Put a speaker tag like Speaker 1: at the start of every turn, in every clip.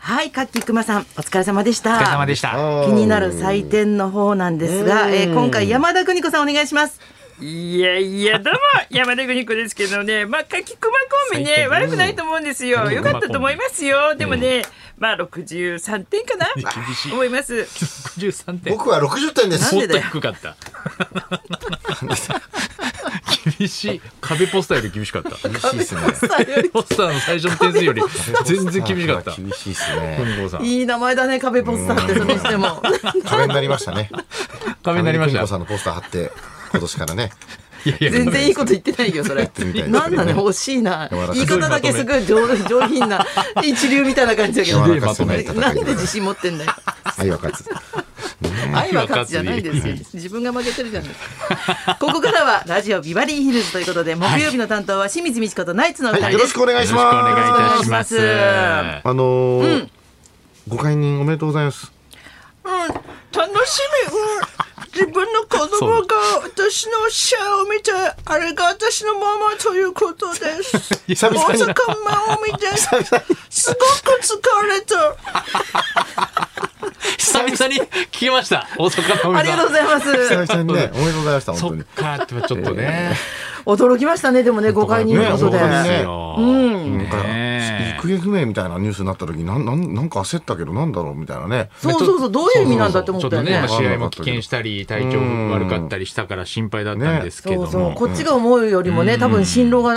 Speaker 1: はい、かっきくまさん、お疲れ様でした。
Speaker 2: お疲れ様でした。
Speaker 1: 気になる採点の方なんですが、えー今回山田邦子さんお願いします。
Speaker 3: いやいや、どうも、山田邦子ですけどね、まあ、かきくまコンビね、悪くないと思うんですよ。よかったと思いますよ。でもね、まあ、63点かな
Speaker 2: 厳しい
Speaker 3: 思います。
Speaker 2: 63点。も
Speaker 4: 僕は60点です
Speaker 1: なんで
Speaker 2: っと
Speaker 1: だよ
Speaker 2: 低かった。厳しい。壁ポスターより厳しかった。
Speaker 4: 厳しいですね
Speaker 2: ポスターの最初の点数より 全然厳しかった。
Speaker 4: 厳しいですね
Speaker 2: 邦子さん。
Speaker 1: いい名前だね、壁ポスターって、それにしても。
Speaker 4: 壁になりましたね
Speaker 2: 壁になりまし
Speaker 4: 金
Speaker 2: た
Speaker 4: 子。さんのポスター貼って今年からね
Speaker 2: いやいや、
Speaker 1: 全然いいこと言ってないよ、それ
Speaker 4: てみたい。ですね
Speaker 1: なんなの、惜しいな
Speaker 4: 山。田
Speaker 1: 言い方だけすごい上上品 な、一流みたいな感じだけど
Speaker 4: 柔。ら
Speaker 2: ま
Speaker 4: か
Speaker 2: と
Speaker 4: さ
Speaker 2: め
Speaker 4: ない
Speaker 1: な
Speaker 4: 戦
Speaker 1: ん
Speaker 4: い
Speaker 1: で
Speaker 4: で
Speaker 1: 自信持ってんだよ。
Speaker 4: 愛は勝つ
Speaker 1: 愛は勝つじゃないですよ。自分が負けてるじゃないですか。 ここからはラジオビバリーヒルズということで、木曜日の担当は清水美智子とナイツのお二
Speaker 4: は
Speaker 1: 人
Speaker 4: いよ
Speaker 1: で
Speaker 4: ろ
Speaker 1: す
Speaker 4: しく。お願いし
Speaker 2: よろしくお
Speaker 4: ます
Speaker 2: 願いいたします。
Speaker 1: お願いし
Speaker 4: あのーご解任おめでとうございます
Speaker 3: うん、楽しみ、うん。自分の子供が私のシャアを見て、あれが私のママということ です。大
Speaker 4: 久々に
Speaker 3: 阪マオミです。すごく疲れた。
Speaker 2: 久々に聞きました。大阪の海さん
Speaker 1: ありがとうございます。
Speaker 4: 久々にねおめでとうございました
Speaker 2: そ
Speaker 4: 本当
Speaker 2: っ
Speaker 4: に
Speaker 2: かーってちょっとね。
Speaker 1: 驚きましたね、でもね、誤解にいうことで。
Speaker 4: ね本当にね
Speaker 2: うん。
Speaker 4: なんか
Speaker 2: ねえ
Speaker 4: 行方不明みたいなニュースになった時なんなんなんか焦ったけどなんだろうみたいなね
Speaker 1: そうそうそう、どういう意味なんだって思ったよ
Speaker 2: ちょっ
Speaker 1: ね
Speaker 2: と。ね、まあ試合も棄権したり、体調悪かったりしたから心配だったんですけど
Speaker 1: そ
Speaker 2: も。
Speaker 1: うそう、こっちが思うよりもね、多分進路が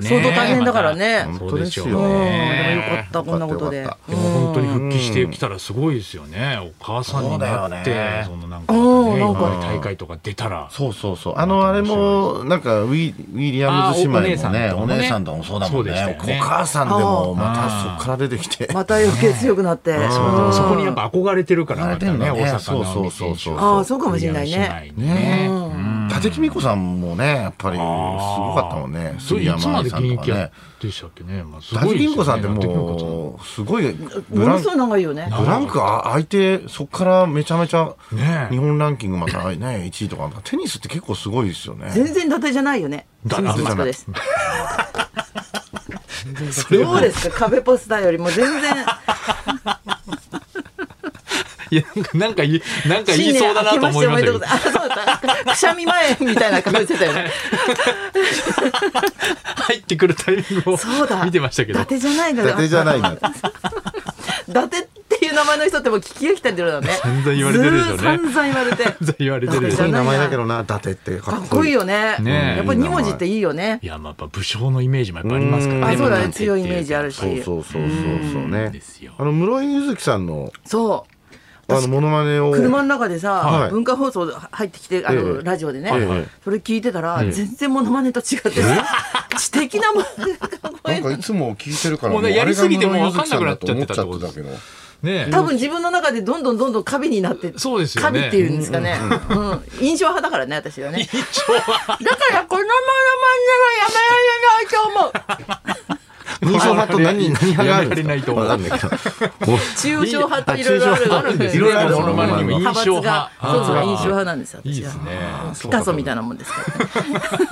Speaker 1: 相当大変だからね。
Speaker 2: また
Speaker 4: 本
Speaker 2: そ
Speaker 4: 当
Speaker 2: うで
Speaker 4: ですす
Speaker 2: よ
Speaker 4: よ
Speaker 1: うん、
Speaker 2: ね
Speaker 1: でもよかった、
Speaker 4: ね
Speaker 1: こんなことで
Speaker 4: よかっ。
Speaker 2: でも本当に復帰してきたらすごいですよね。お母さんになっ
Speaker 4: そうだ
Speaker 2: て、
Speaker 4: よね
Speaker 2: そのなんか
Speaker 1: うん
Speaker 2: ね、
Speaker 1: なんか
Speaker 2: 今まで大会とか出たら。
Speaker 4: そうそうそうあのあれもなんかウィウィリアムズ姉妹のね
Speaker 2: あお
Speaker 4: お
Speaker 2: お姉
Speaker 4: 姉
Speaker 2: さ
Speaker 4: さ
Speaker 2: ん
Speaker 4: ん
Speaker 2: とも
Speaker 4: とも
Speaker 2: ね
Speaker 4: そうだ
Speaker 2: そ
Speaker 4: もんね
Speaker 2: うでしたよね
Speaker 4: お母さんでもまたそこから出てきて
Speaker 1: また余計強くなって。
Speaker 2: そう
Speaker 1: う
Speaker 2: そ
Speaker 1: ん
Speaker 2: うそこにやっぱ憧れてるから、
Speaker 4: 憧
Speaker 2: ま
Speaker 4: れて
Speaker 2: た
Speaker 4: んだ
Speaker 2: ね、
Speaker 4: ね
Speaker 2: 大阪の
Speaker 4: そうそうそうそう
Speaker 1: ああそうかもしれないね
Speaker 2: ね。
Speaker 4: 伊達公子さんもねやっぱりすごかったもんね
Speaker 2: それ
Speaker 4: 杉
Speaker 2: い
Speaker 4: 山
Speaker 2: つま
Speaker 4: 愛
Speaker 2: で
Speaker 4: さ
Speaker 2: 現
Speaker 4: ん
Speaker 2: 役
Speaker 4: とか
Speaker 2: や
Speaker 4: ね
Speaker 2: でしたっけね。まあす
Speaker 4: 伊達
Speaker 2: ごいですよね
Speaker 4: 公子さんって
Speaker 2: 伊達公子さん
Speaker 4: もうすごいブ
Speaker 1: も
Speaker 4: ラ
Speaker 1: の
Speaker 4: ン
Speaker 1: すごい長いよね。
Speaker 4: ブランク空いてそこからめちゃめちゃ
Speaker 2: ねえ
Speaker 4: 日本ランキングまたね1位とかテニスって結構すごいですよね。
Speaker 1: 全然伊達じゃないよね。清水美智子です。
Speaker 2: それ
Speaker 1: どう
Speaker 2: も
Speaker 1: ですか、壁ポスターよりも全然。
Speaker 2: いやなんか言いなんか言いそうだなと思いましたけ
Speaker 1: 新年明けしておめでとうご
Speaker 2: ど
Speaker 1: ざいます。あ、そうだった。くしゃみ前みたいな顔してたよ ね。
Speaker 2: 入ってくるタイミングを
Speaker 1: そうだ。
Speaker 2: 見てましたけど
Speaker 1: 伊。達じゃないんだ
Speaker 4: 伊達じゃないんだ。
Speaker 1: 伊達っていう名前の人ってもう聞き飽きたんだろうね。
Speaker 2: 散々言われてるでしょうね
Speaker 1: ずー散々言われて。
Speaker 2: 々言われてるでしょ
Speaker 1: 伊達じ
Speaker 4: すご
Speaker 1: ゃ
Speaker 4: い
Speaker 1: な
Speaker 4: 名
Speaker 1: い
Speaker 4: 前
Speaker 1: な
Speaker 4: だけどな伊達って
Speaker 1: か
Speaker 4: か
Speaker 1: っ
Speaker 4: っ
Speaker 1: こ
Speaker 4: こ
Speaker 1: い
Speaker 4: い
Speaker 1: い
Speaker 4: い。
Speaker 1: よね。
Speaker 2: ねえ
Speaker 1: やっぱり二文字っていいよね
Speaker 2: い。や、まあやっぱ武将のイメージもやっぱありますから
Speaker 1: あ
Speaker 2: ね。
Speaker 1: そうだね
Speaker 2: 武将
Speaker 1: 強い
Speaker 2: って
Speaker 1: イメージあるし
Speaker 4: そうそうそうそうそうね
Speaker 2: ですよ。
Speaker 4: あの室井ゆずきさんの
Speaker 1: そう。
Speaker 4: あのモノマネを
Speaker 1: 車の中でさ、
Speaker 4: はい
Speaker 1: 文化放送入ってきてあの、
Speaker 4: ええ
Speaker 1: ラジオでね、
Speaker 4: ええ
Speaker 1: それ聞いてたら、全然モノマネと違って知的なもの
Speaker 4: なんかいつも聞いてるから
Speaker 2: もうね
Speaker 4: あれが
Speaker 2: やりすぎてもう
Speaker 4: 室井ゆずきさんだと思
Speaker 2: わかんなくなっちゃってたって
Speaker 4: 思っちゃ って
Speaker 2: ね
Speaker 1: 多分自分の中でどんどんどんどんカビになって
Speaker 2: そうですよ
Speaker 1: カ
Speaker 2: ね
Speaker 1: ビっていうんですかね、うん印象派だからね私はね
Speaker 2: 一応は
Speaker 1: だからこのモノマネはやめられないと思う
Speaker 4: たけど。印象派と何何派があるんです
Speaker 2: や
Speaker 4: か。
Speaker 2: められないと思う
Speaker 4: わかんないけど。もう
Speaker 1: 中小派といろいろある
Speaker 4: あ中小派あるんです
Speaker 1: い
Speaker 4: ね
Speaker 1: ろいろある
Speaker 4: モノマネにも
Speaker 1: 派閥が
Speaker 2: 印象派
Speaker 1: そうそう
Speaker 2: あー
Speaker 1: 印象派なんです私はい
Speaker 2: いですね
Speaker 1: ピカソみたいなもんですから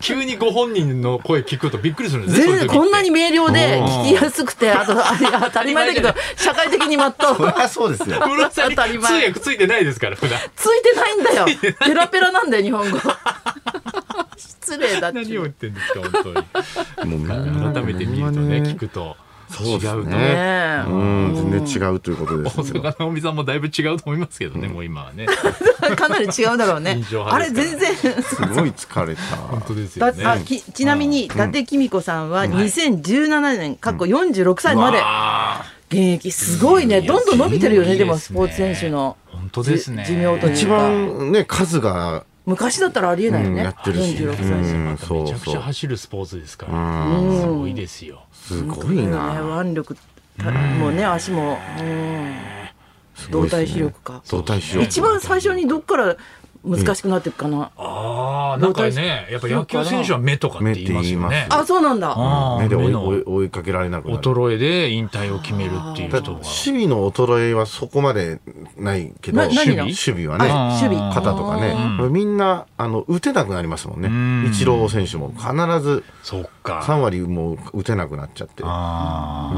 Speaker 2: 急にご本人の声聞くとびっくりするんです
Speaker 1: 全
Speaker 2: ね。そうい
Speaker 1: 然
Speaker 2: う時って
Speaker 1: こんなに明瞭で聞きやすくてあとあれ当たり前だけど社会的にまっとう
Speaker 4: そりゃそうですよ。
Speaker 2: ムロさんに
Speaker 1: 当たり前
Speaker 2: 通訳ついてないですか ら普段。
Speaker 1: ついてないんだよペラペラなんだよ日本語失礼だって
Speaker 2: 何を言ってんですか本
Speaker 4: もうみん
Speaker 2: 当に。
Speaker 4: な
Speaker 2: 改めて見るとね聞くと違
Speaker 4: そうです
Speaker 2: うと。
Speaker 4: ね
Speaker 1: ね
Speaker 4: うん全然違うということで
Speaker 2: 大
Speaker 4: すよ。
Speaker 2: 阪のおみさんもだいぶ違うと思いますけどね、もう今はね。
Speaker 1: え かなり違うだろうね
Speaker 2: 印象
Speaker 1: あ
Speaker 2: 派
Speaker 1: れ
Speaker 2: です
Speaker 1: 全然
Speaker 4: すごい疲れた。
Speaker 2: 本当ですよ
Speaker 1: だ
Speaker 2: ね。
Speaker 1: あきちなみに伊達公子さんは2017年過去46歳まで
Speaker 2: あ
Speaker 1: 現役すごいね
Speaker 2: いや
Speaker 1: どんどん伸びてるよね
Speaker 2: いい
Speaker 1: で
Speaker 2: ですね
Speaker 1: もスポーツ選手の
Speaker 2: ー本当ですね。
Speaker 1: じ寿命という
Speaker 4: 一番ね数が
Speaker 1: 昔だったらありえないよ
Speaker 4: うんや
Speaker 1: ね
Speaker 4: ってるし
Speaker 1: 46歳
Speaker 4: うん
Speaker 2: まためちゃく
Speaker 4: そ
Speaker 2: ち
Speaker 4: うそ
Speaker 2: ゃ
Speaker 4: う
Speaker 2: 走るスポーツですから、すごいですよ。
Speaker 4: すごい
Speaker 1: ね
Speaker 4: な。
Speaker 1: 腕力たもうね足もうん動体視力か
Speaker 4: 動体視力。
Speaker 1: 一番最初にどっから難しくなっていくかな。
Speaker 2: ああ、なんかね、やっぱ野球選手は目とかって言いますよ
Speaker 4: 目
Speaker 2: ね
Speaker 4: って言い。ま
Speaker 1: あ、そうなんだ。
Speaker 2: あー
Speaker 4: 目で追
Speaker 2: 目
Speaker 4: い
Speaker 2: の
Speaker 4: 追い追いかけられなくなる。
Speaker 2: 衰えで引退を決めるっていう
Speaker 4: だ
Speaker 2: 人が
Speaker 4: 守。備の衰えはそこまでないけど、
Speaker 1: な何が
Speaker 4: 守備は
Speaker 1: あ
Speaker 4: ね、
Speaker 1: 守備。
Speaker 4: 肩とかね、みんなあの打てなくなりますもんね。
Speaker 2: ん
Speaker 4: イチロー選手も必ず
Speaker 2: そっ
Speaker 4: 3
Speaker 2: か。
Speaker 4: 割もう打てなくなっちゃって。
Speaker 2: あ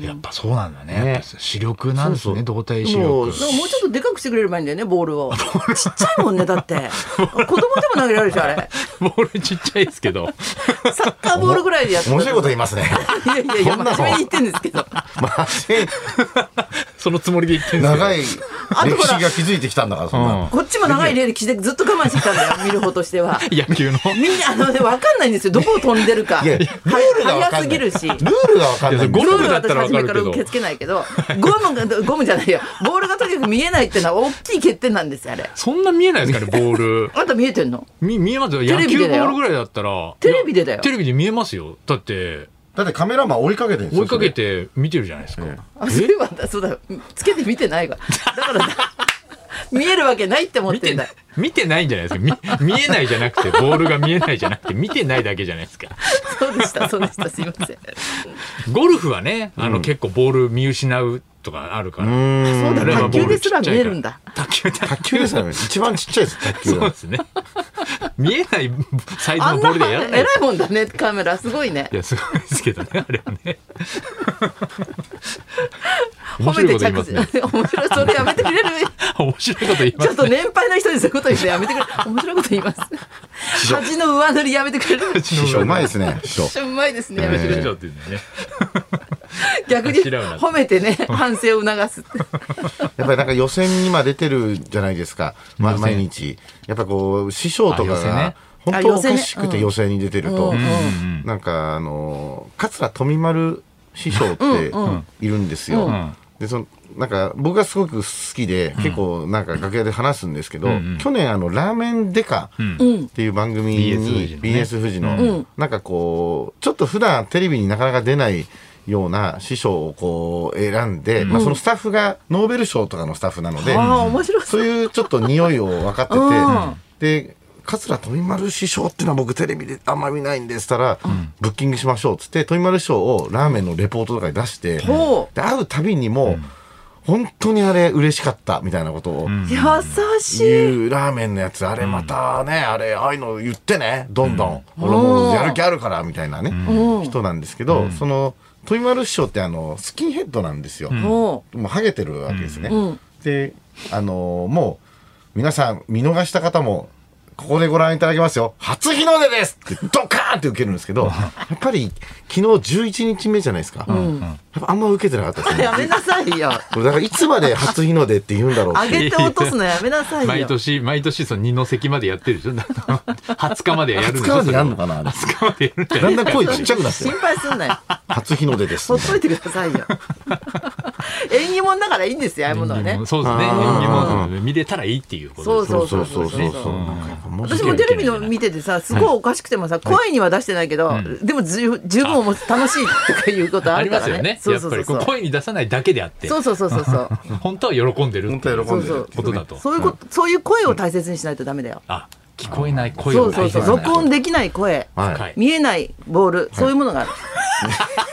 Speaker 2: ーやっぱそうなんだね。
Speaker 4: ね
Speaker 2: やっぱ視力なんですね、動体視力
Speaker 4: もう。
Speaker 1: なんかもうちょっとでかくしてくれればいいんだよね、ボール を。ちっちゃいもんね、だって。子供でも投げられるでしょ、あ れ。
Speaker 2: ボールちっちゃいですけど。
Speaker 1: サッカーボールぐらいでやってた
Speaker 4: 面白いこと言いますね。
Speaker 1: いやいやいや、
Speaker 4: こんなの
Speaker 1: 真面目に言ってんですけど。
Speaker 4: まあ、
Speaker 2: そのつもりで言ってんですよ
Speaker 4: 長い歴
Speaker 1: とほら
Speaker 4: 史が築いてきたんだから、そんな。
Speaker 1: こっちも長い例で来てずっと我慢してきたんだよ、見る方としては。
Speaker 2: 野球 の。
Speaker 1: みんな、あのね、わかんないんですよ。どこを飛んでるか。
Speaker 4: いや、ルールがわか
Speaker 1: 早す
Speaker 4: ん
Speaker 1: ぎ
Speaker 4: ない。
Speaker 1: る
Speaker 4: ル
Speaker 1: し。
Speaker 4: ールがわかんないんです
Speaker 2: ゴ
Speaker 4: よ。
Speaker 2: ルフだったらわ
Speaker 1: 初め
Speaker 2: かる
Speaker 1: か
Speaker 2: け
Speaker 1: ら
Speaker 2: ど
Speaker 1: 受け付けないけど、ゴムが、ゴムじゃないよ。ボールがとにかく見えないってのは大きい欠点なんですよ、あれ。
Speaker 2: そんな見えないですかね、ボール。
Speaker 1: あんた見えてんの
Speaker 2: み見えますよ。
Speaker 1: レ
Speaker 2: 野
Speaker 1: ビ
Speaker 2: 球
Speaker 1: で
Speaker 2: ボ
Speaker 1: だよ
Speaker 2: ールぐらいだったら。
Speaker 1: テレビでだよ
Speaker 2: いやテレビで見えますよ。だって、
Speaker 4: だってカメラマン追いかけてるんです
Speaker 2: 追
Speaker 4: よ。
Speaker 2: いかけて見てるじゃないですか。
Speaker 1: あ、それは、そうだ、つけて見てないわ。だからだ、見えるわけないって思っ
Speaker 2: 見
Speaker 1: て
Speaker 2: て
Speaker 1: ん
Speaker 2: な
Speaker 1: だ
Speaker 2: い。見てないんじゃないですか。み見えないじゃなくて、ボールが見えないじゃなくて、見てないだけじゃないですか。
Speaker 1: そうでした、そうでした、すいません。
Speaker 2: ゴルフはね、あの、結構ボール見失うとかあるから。
Speaker 4: う
Speaker 1: そ
Speaker 4: ん
Speaker 1: うだ、
Speaker 2: あれは
Speaker 1: 卓
Speaker 2: ボー
Speaker 1: 球
Speaker 2: ル
Speaker 1: ですら見えるんだ。
Speaker 2: 卓球、卓
Speaker 4: 卓球ですよね。一番ちっちゃいです、卓球
Speaker 2: 球。そう
Speaker 4: は
Speaker 2: で。すね。見えないサイズ
Speaker 1: あ
Speaker 2: の
Speaker 1: ん
Speaker 2: ボ
Speaker 1: な
Speaker 2: ールでやらない
Speaker 1: 偉。いもんだね、カメラ、すごいね
Speaker 2: い。や、すごいですけどね、あれはね。面
Speaker 1: 褒
Speaker 2: 白い
Speaker 1: め
Speaker 2: こと
Speaker 1: て
Speaker 2: 言
Speaker 1: 着
Speaker 2: います
Speaker 1: 地。
Speaker 2: ね。
Speaker 1: 面白い、それやめてくれ る。
Speaker 2: 面白いこと言いま
Speaker 1: ちょっ
Speaker 2: す
Speaker 1: と
Speaker 2: ね。
Speaker 1: 年配の人にそういうこと言ってやめてくれ。面白いこと言い ます。恥の上塗りやめてくれる。
Speaker 2: 師
Speaker 4: 師匠、うまいですね、師匠。
Speaker 1: うまいですね。
Speaker 2: や
Speaker 1: や
Speaker 2: め
Speaker 1: め
Speaker 2: て
Speaker 1: て
Speaker 2: く
Speaker 1: くれ
Speaker 2: れちゃ
Speaker 1: る
Speaker 2: うっていうのね。
Speaker 1: 逆に
Speaker 2: 知らんな
Speaker 1: 褒めてね、反省を促す。
Speaker 4: やっぱりなんか予選に今出てるじゃないですか、ま、
Speaker 2: 予選
Speaker 4: 毎日。やっぱこう、師匠とか
Speaker 2: あ予選ね
Speaker 4: が、本
Speaker 1: あ
Speaker 4: 当
Speaker 1: 予
Speaker 4: お
Speaker 1: 選
Speaker 4: か
Speaker 1: ね
Speaker 4: しくて予選に出てると、なんかあの、桂富丸師匠っているんですよ。で、その、なんか僕がすごく好きで、結構なんか楽屋で話すんですけど、去年あの、ラーメンデカっていう番組に、
Speaker 2: うん
Speaker 4: BS 富士の、なんかこう、ちょっと普段テレビになかなか出ないような師匠をこう選んで、まあそのスタッフがノーベル賞とかのスタッフなので、
Speaker 1: ああ、面白そ。
Speaker 4: そうういうちょっと匂いを分か
Speaker 1: うん
Speaker 4: ってて、で、桂富丸師匠っていうのは僕テレビであんま見ないんですったら、ブッキングしましょうっつって、富丸師匠をラーメンのレポートとかに出して、
Speaker 1: ほう
Speaker 4: で、会うたびにもう、本当にあれ嬉しかったみたいなことを、
Speaker 1: 優しい。
Speaker 4: いうラーメンのやつあれまたね、あれああいうの言ってねどんどん、俺もやる気あるからみたいなね、
Speaker 1: うん
Speaker 4: 人なんですけど、その豊丸師匠ってあのスキンヘッドなんですよ、も
Speaker 1: ほ
Speaker 4: うハゲてるわけですね、
Speaker 1: うん
Speaker 4: であのーもう皆さん見逃した方もここでご覧いただけますよ初日の出ですってドカーンって受けるんですけどやっぱり昨日11日目じゃないですか、やっぱあんま受けてなかったです
Speaker 1: う。
Speaker 4: ね
Speaker 1: やめなさいよ。
Speaker 4: これだからいつまで初日の出って言うんだろうって
Speaker 1: 上げて落とすのやめなさい
Speaker 2: 毎
Speaker 1: よ。
Speaker 2: 年、毎年、その二の関までやって るでしょ。20日までやるんで
Speaker 4: 20
Speaker 2: し
Speaker 4: 日
Speaker 2: ょ。
Speaker 4: までやんのかなあれ
Speaker 2: 20日までやるんじゃな
Speaker 4: だ
Speaker 2: い
Speaker 4: んだん声ちっちゃくなって
Speaker 1: 心配すんなよ。
Speaker 4: 初日の出です
Speaker 1: ほっといてください よ。縁起物だからいいんですよ、ああいうものはね
Speaker 2: うん。そうですね。
Speaker 4: あ
Speaker 2: 縁
Speaker 4: ー
Speaker 2: 起物で見れたらいいっていうことです
Speaker 1: そうそう
Speaker 4: そうそうそうそう。なんかやっぱもう
Speaker 1: 私もテレビの見ててさ、すごいおかしくてもさ、声には出してないけど、でも十十分もう楽しいとかいうことあ
Speaker 2: あり
Speaker 1: るか
Speaker 2: ます
Speaker 1: ら
Speaker 2: よ
Speaker 1: ね
Speaker 2: ね。。
Speaker 1: そ
Speaker 2: や
Speaker 1: う
Speaker 2: っ
Speaker 1: そうそ
Speaker 2: ぱ
Speaker 1: う
Speaker 2: り
Speaker 1: そ
Speaker 2: こ
Speaker 1: う
Speaker 2: う。声に出さないだけであって、
Speaker 1: そうそうそうそうそう。
Speaker 2: 本当は喜んでる
Speaker 4: 本当は喜
Speaker 1: そ
Speaker 4: ん
Speaker 1: う
Speaker 4: で
Speaker 1: そ
Speaker 4: る
Speaker 1: う。
Speaker 2: ことだと。
Speaker 1: そういうこと、そういう声を大切にしないとダメだよ。
Speaker 2: あ、聞こえない声
Speaker 1: そ
Speaker 2: を
Speaker 1: うそう
Speaker 2: 大
Speaker 1: そ
Speaker 2: 切
Speaker 1: う。
Speaker 2: に
Speaker 1: 録音できない声、
Speaker 2: はい
Speaker 1: 見えないボール、そういうものがある。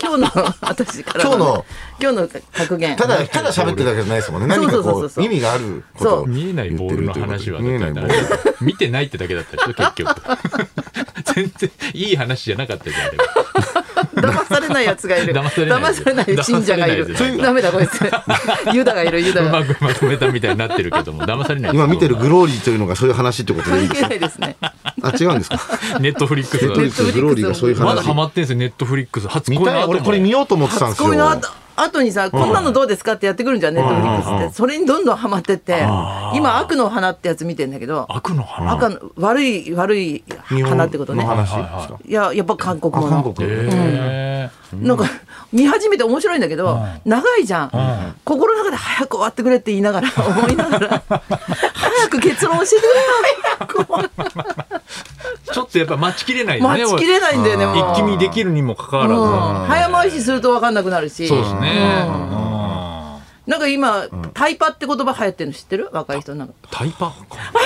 Speaker 1: 今日の私からの今日の格言。
Speaker 4: ただただ喋ってるだけじゃないですもんね。何か
Speaker 1: そうそう
Speaker 4: こ
Speaker 1: そうそう
Speaker 4: う意味があることを
Speaker 2: 見えないボールの話はだって
Speaker 4: 言ってるということで見えないボール。
Speaker 2: 見てないってだけだったでしょ 結局全然いい話じゃなかったじゃんでも
Speaker 1: 騙されないやつがいる。
Speaker 2: 騙されない
Speaker 1: 騙されない信者がいる
Speaker 2: 騙されない。
Speaker 1: ダメだこいつ。ユダがいるユダ
Speaker 2: う
Speaker 1: が。
Speaker 2: まくまとめたみたいになってるけども騙されない
Speaker 4: 今見てるグローリーというのがそういう話ってことでいい
Speaker 1: 関
Speaker 4: んで
Speaker 1: 係
Speaker 4: すか。
Speaker 1: ないですね。
Speaker 4: あ違うんですか。
Speaker 2: ネットフリックス
Speaker 4: ネット
Speaker 2: は
Speaker 4: フリックスのグローリーがそういう
Speaker 2: まだ
Speaker 4: 話
Speaker 2: ハ。マってんすよネットフリックス初
Speaker 4: 見
Speaker 2: 恋の
Speaker 4: たい。
Speaker 2: 後
Speaker 4: 俺
Speaker 2: ま
Speaker 4: こ
Speaker 2: で
Speaker 4: れ見ようと思ってたんです
Speaker 1: こういうの
Speaker 4: よ
Speaker 1: 後。後にさ、こんなのどうですかってやってくるんじゃん、ネットフリックスって。それにどんどんハマってって、今、悪の花ってやつ見てんだけど、
Speaker 2: 悪の花
Speaker 1: 赤の、悪い、悪い花ってことね
Speaker 4: 日。本の話
Speaker 2: はいはいはい
Speaker 1: や、やっぱ韓国
Speaker 4: あ
Speaker 1: も
Speaker 4: 韓
Speaker 1: の。
Speaker 4: 国。
Speaker 2: へ
Speaker 1: なんか、見始めて面白いんだけど、長いじゃん。心の中で早く終わってくれって言いながら、思いながら、早く結論教えてくれよ、早く。
Speaker 2: ーちょっとやっぱ待ちきれないよね
Speaker 1: 待ちきれないんだよね、もう。
Speaker 2: 一気見できるにもかかわらず、
Speaker 1: うん早回しすると分かんなくなるし。
Speaker 2: そうですね、
Speaker 1: なんか今、タイパって言葉流行ってるの知ってる若い人なんか。
Speaker 2: タイパ
Speaker 1: マ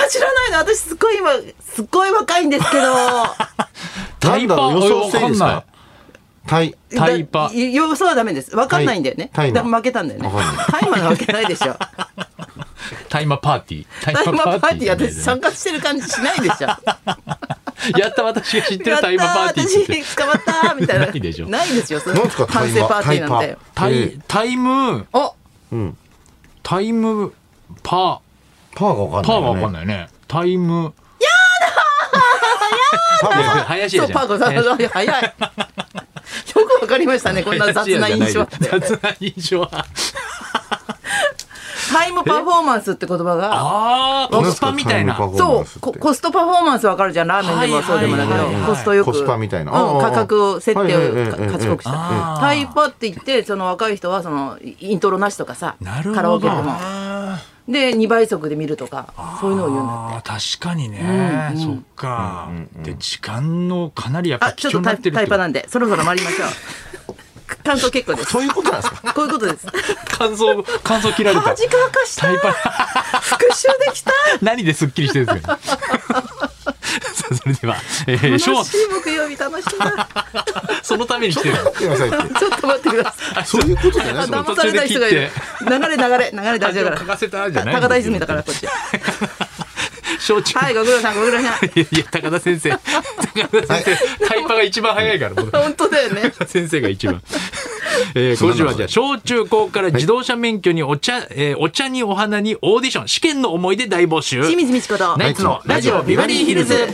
Speaker 1: 知らないの私すっごい今すっごい若いんですけど
Speaker 4: なんだろう予想していいですかタイ
Speaker 2: タイパ
Speaker 1: だい予想はダメです分かんないんだよね
Speaker 4: タイ
Speaker 1: だ
Speaker 4: タイマ
Speaker 1: から負け
Speaker 4: ー
Speaker 1: たんだよね
Speaker 4: わかんな
Speaker 1: タイマーなわけないでしょ
Speaker 2: タイマーパーティー。タ
Speaker 1: タイマーパーティー
Speaker 2: じゃない
Speaker 1: 私参加してる感じしないでしょ
Speaker 2: やった私が知ってるタイマーパーティーって言って
Speaker 1: 私捕まったみたいな
Speaker 2: ないでしょ
Speaker 1: ないですよそれ
Speaker 4: なんですかタ
Speaker 1: 反
Speaker 4: イマ
Speaker 1: 省
Speaker 4: ー
Speaker 1: パーティーなんて
Speaker 2: タ
Speaker 4: タイパー
Speaker 2: イタイム
Speaker 1: お
Speaker 4: うん
Speaker 2: タイムパ
Speaker 4: パーがわ
Speaker 2: ー
Speaker 4: かんな
Speaker 2: パー
Speaker 4: い
Speaker 2: がわ
Speaker 4: よね、
Speaker 2: かんないね。タイム
Speaker 4: パーがわかんない
Speaker 2: 林
Speaker 1: そ
Speaker 2: 家
Speaker 1: う
Speaker 2: じ
Speaker 1: パ
Speaker 2: ゃ
Speaker 1: ー
Speaker 2: ん。
Speaker 1: コさん早いよくわかりましたね こんな雑な印象って
Speaker 2: 雑な印象は。
Speaker 1: タイムパフォーマンスって言葉が
Speaker 2: ああ、コスパみたいな。
Speaker 4: なんですかタイムパフォーマ
Speaker 1: そ
Speaker 4: ンス
Speaker 1: う
Speaker 4: って
Speaker 1: ココストパフォーマンスわかるじゃんラーメンでもそうでもなく
Speaker 2: はいはいはいはい
Speaker 1: コストよく
Speaker 4: コスパみたいな
Speaker 1: うん
Speaker 4: ああ
Speaker 1: 価格を設定
Speaker 4: はいはい
Speaker 1: を
Speaker 4: はいはい
Speaker 1: か賢くした
Speaker 2: あー
Speaker 1: タイパって言ってその若い人はそのイントロなしとかさ
Speaker 2: なるほど
Speaker 1: カラオケでもで2倍速で見るとかそういうのを言うんだって
Speaker 2: ああー、確かにね。そっか。で、時間のかなりやっぱ
Speaker 1: あ
Speaker 2: 貴
Speaker 1: ちょっと
Speaker 2: 重にな
Speaker 1: タイ
Speaker 2: ってる
Speaker 1: タイパなんんでそろそろ参りましょ う感想結構です
Speaker 4: そういうことなんですか
Speaker 1: こういうことです
Speaker 2: 感想、感想切られ た。
Speaker 1: 恥かかした
Speaker 2: タイパ。
Speaker 1: 復讐できた
Speaker 2: 何ですっきりしてるんですか さあそれでは、えー、ショ
Speaker 1: 楽しい
Speaker 2: ー
Speaker 1: 木曜日楽しいな
Speaker 2: そのために来てる
Speaker 4: すいませんって
Speaker 1: ちょっと待ってくだ さい
Speaker 4: そういうことじゃない
Speaker 1: あ
Speaker 4: ですか
Speaker 1: 騙された人がいる流れ流れ流れ 大丈夫だ
Speaker 2: 書
Speaker 1: か
Speaker 2: かせたじゃ
Speaker 1: ら
Speaker 2: ない
Speaker 1: 高田泉だからこっち
Speaker 2: 小中、
Speaker 1: はいご苦労さんご苦労さん
Speaker 2: い、やいや高田先生高田先生タイパが一番早いから僕
Speaker 1: 本当だ よね
Speaker 2: 先生が一 番。えー今週はじゃあ小中高から自動車免許にお茶、えーお茶にお花にオーディション試験の思い出大募集
Speaker 1: 清水美智子と
Speaker 2: ナイツのラジオビバリーヒルズ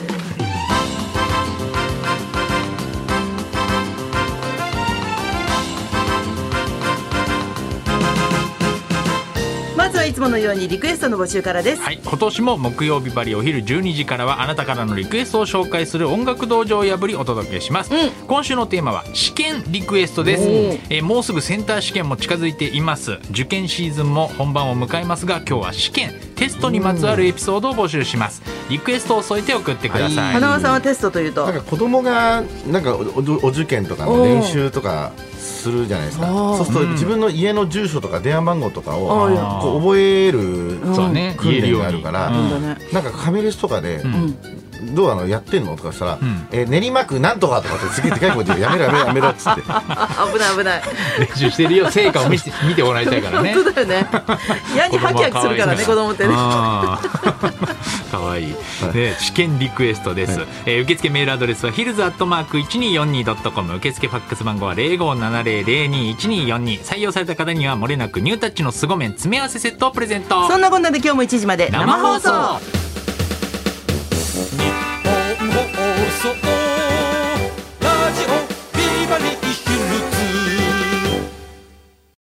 Speaker 1: まずはいつものようにリクエストの募集からです、
Speaker 2: はい今年も木曜日バリお昼12時からはあなたからのリクエストを紹介する音楽道場を破りお届けします、
Speaker 1: うん
Speaker 2: 今週のテーマは試験リクエストです、
Speaker 1: おー
Speaker 2: えーもうすぐセンター試験も近づいています受験シーズンも本番を迎えますが今日は試験テストにまつわるエピソードを募集しますリクエストを添えて送ってください、
Speaker 1: 花輪さんはテストというと
Speaker 4: なんか子供がなんかおおお受験とかの練習とかするじゃないですか
Speaker 1: おー
Speaker 4: そうすると自分の家の住所とか電話番号とかを
Speaker 1: あーい
Speaker 2: や
Speaker 4: こう覚える
Speaker 2: そうね
Speaker 4: 訓
Speaker 2: 言えるよ
Speaker 4: 練
Speaker 2: うに
Speaker 4: があるから、
Speaker 2: うん
Speaker 1: だね
Speaker 4: なんかファミレスとかで、
Speaker 1: ん
Speaker 4: どうあのやってんのとかしたら、
Speaker 2: ん
Speaker 4: えー練馬区なんとかとかってすげえでかい声でやめろやめろやめろっつって
Speaker 1: あ危ない危ない
Speaker 2: 練習してるよ成果を見せて見てもらいたいからね
Speaker 1: 本当だよ ね矢にハキハキするからね子供ってね
Speaker 2: あー かわいい、ね、試験リクエストです、えー受付メールアドレスはヒルズアットマーク 1242.com 受付ファックス番号は0570021242採用された方にはもれなくニュータッチの凄麺詰め合わせセットをプレゼント
Speaker 1: そんなこんなで今日も1時まで生放送
Speaker 5: 放送ラジオビバリー